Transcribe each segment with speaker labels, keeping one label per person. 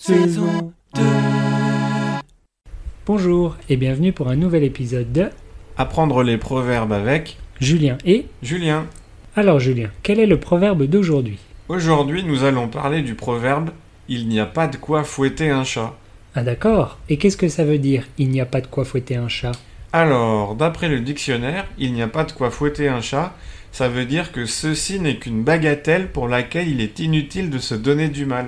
Speaker 1: saison 2.
Speaker 2: Bonjour et bienvenue pour un nouvel épisode de
Speaker 1: Apprendre les proverbes avec
Speaker 2: Julien et...
Speaker 1: Julien.
Speaker 2: Alors Julien, quel est le proverbe d'aujourd'hui
Speaker 1: Aujourd'hui, nous allons parler du proverbe Il n'y a pas de quoi fouetter un chat.
Speaker 2: Ah d'accord, et qu'est-ce que ça veut dire il n'y a pas de quoi fouetter un chat
Speaker 1: Alors, d'après le dictionnaire, il n'y a pas de quoi fouetter un chat, ça veut dire que ceci n'est qu'une bagatelle pour laquelle il est inutile de se donner du mal.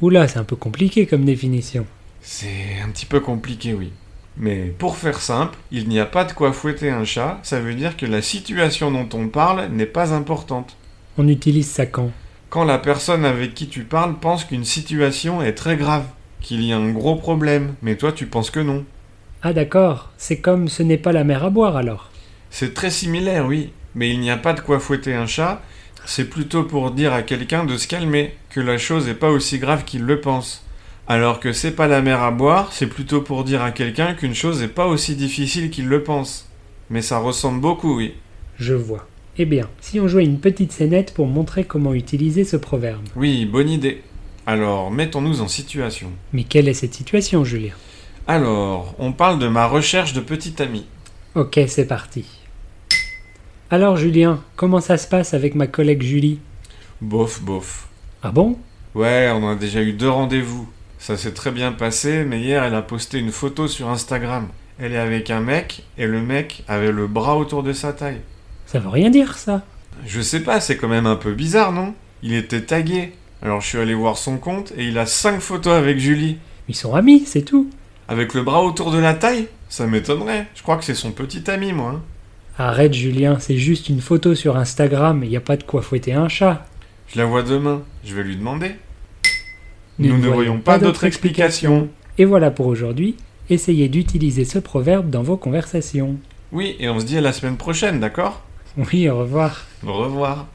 Speaker 2: Oula, c'est un peu compliqué comme définition.
Speaker 1: C'est un petit peu compliqué, oui. Mais pour faire simple, il n'y a pas de quoi fouetter un chat, ça veut dire que la situation dont on parle n'est pas importante.
Speaker 2: On utilise ça quand
Speaker 1: Quand la personne avec qui tu parles pense qu'une situation est très grave, qu'il y a un gros problème, mais toi tu penses que non.
Speaker 2: Ah d'accord, c'est comme ce n'est pas la mer à boire alors.
Speaker 1: C'est très similaire, oui, mais il n'y a pas de quoi fouetter un chat, c'est plutôt pour dire à quelqu'un de se calmer, que la chose n'est pas aussi grave qu'il le pense. Alors que c'est pas la mer à boire, c'est plutôt pour dire à quelqu'un qu'une chose n'est pas aussi difficile qu'il le pense. Mais ça ressemble beaucoup, oui.
Speaker 2: Je vois. Eh bien, si on jouait une petite scénette pour montrer comment utiliser ce proverbe.
Speaker 1: Oui, bonne idée. Alors, mettons-nous en situation.
Speaker 2: Mais quelle est cette situation Julien
Speaker 1: Alors, on parle de ma recherche de petit ami.
Speaker 2: Ok, c'est parti. Alors Julien, comment ça se passe avec ma collègue Julie
Speaker 1: Bof, bof.
Speaker 2: Ah bon
Speaker 1: Ouais, on a déjà eu deux rendez-vous. Ça s'est très bien passé, mais hier elle a posté une photo sur Instagram. Elle est avec un mec, et le mec avait le bras autour de sa taille.
Speaker 2: Ça veut rien dire ça.
Speaker 1: Je sais pas, c'est quand même un peu bizarre, non Il était tagué. Alors je suis allé voir son compte, et il a cinq photos avec Julie.
Speaker 2: Ils sont amis, c'est tout.
Speaker 1: Avec le bras autour de la taille Ça m'étonnerait. Je crois que c'est son petit ami, moi. hein.
Speaker 2: Arrête Julien, c'est juste une photo sur Instagram, il n'y a pas de quoi fouetter un chat.
Speaker 1: Je la vois demain, je vais lui demander. Nous, ne voyons pas d'autre explication.
Speaker 2: Et voilà pour aujourd'hui, essayez d'utiliser ce proverbe dans vos conversations.
Speaker 1: Oui, et on se dit à la semaine prochaine, d'accord
Speaker 2: Oui, au revoir.
Speaker 1: Au revoir.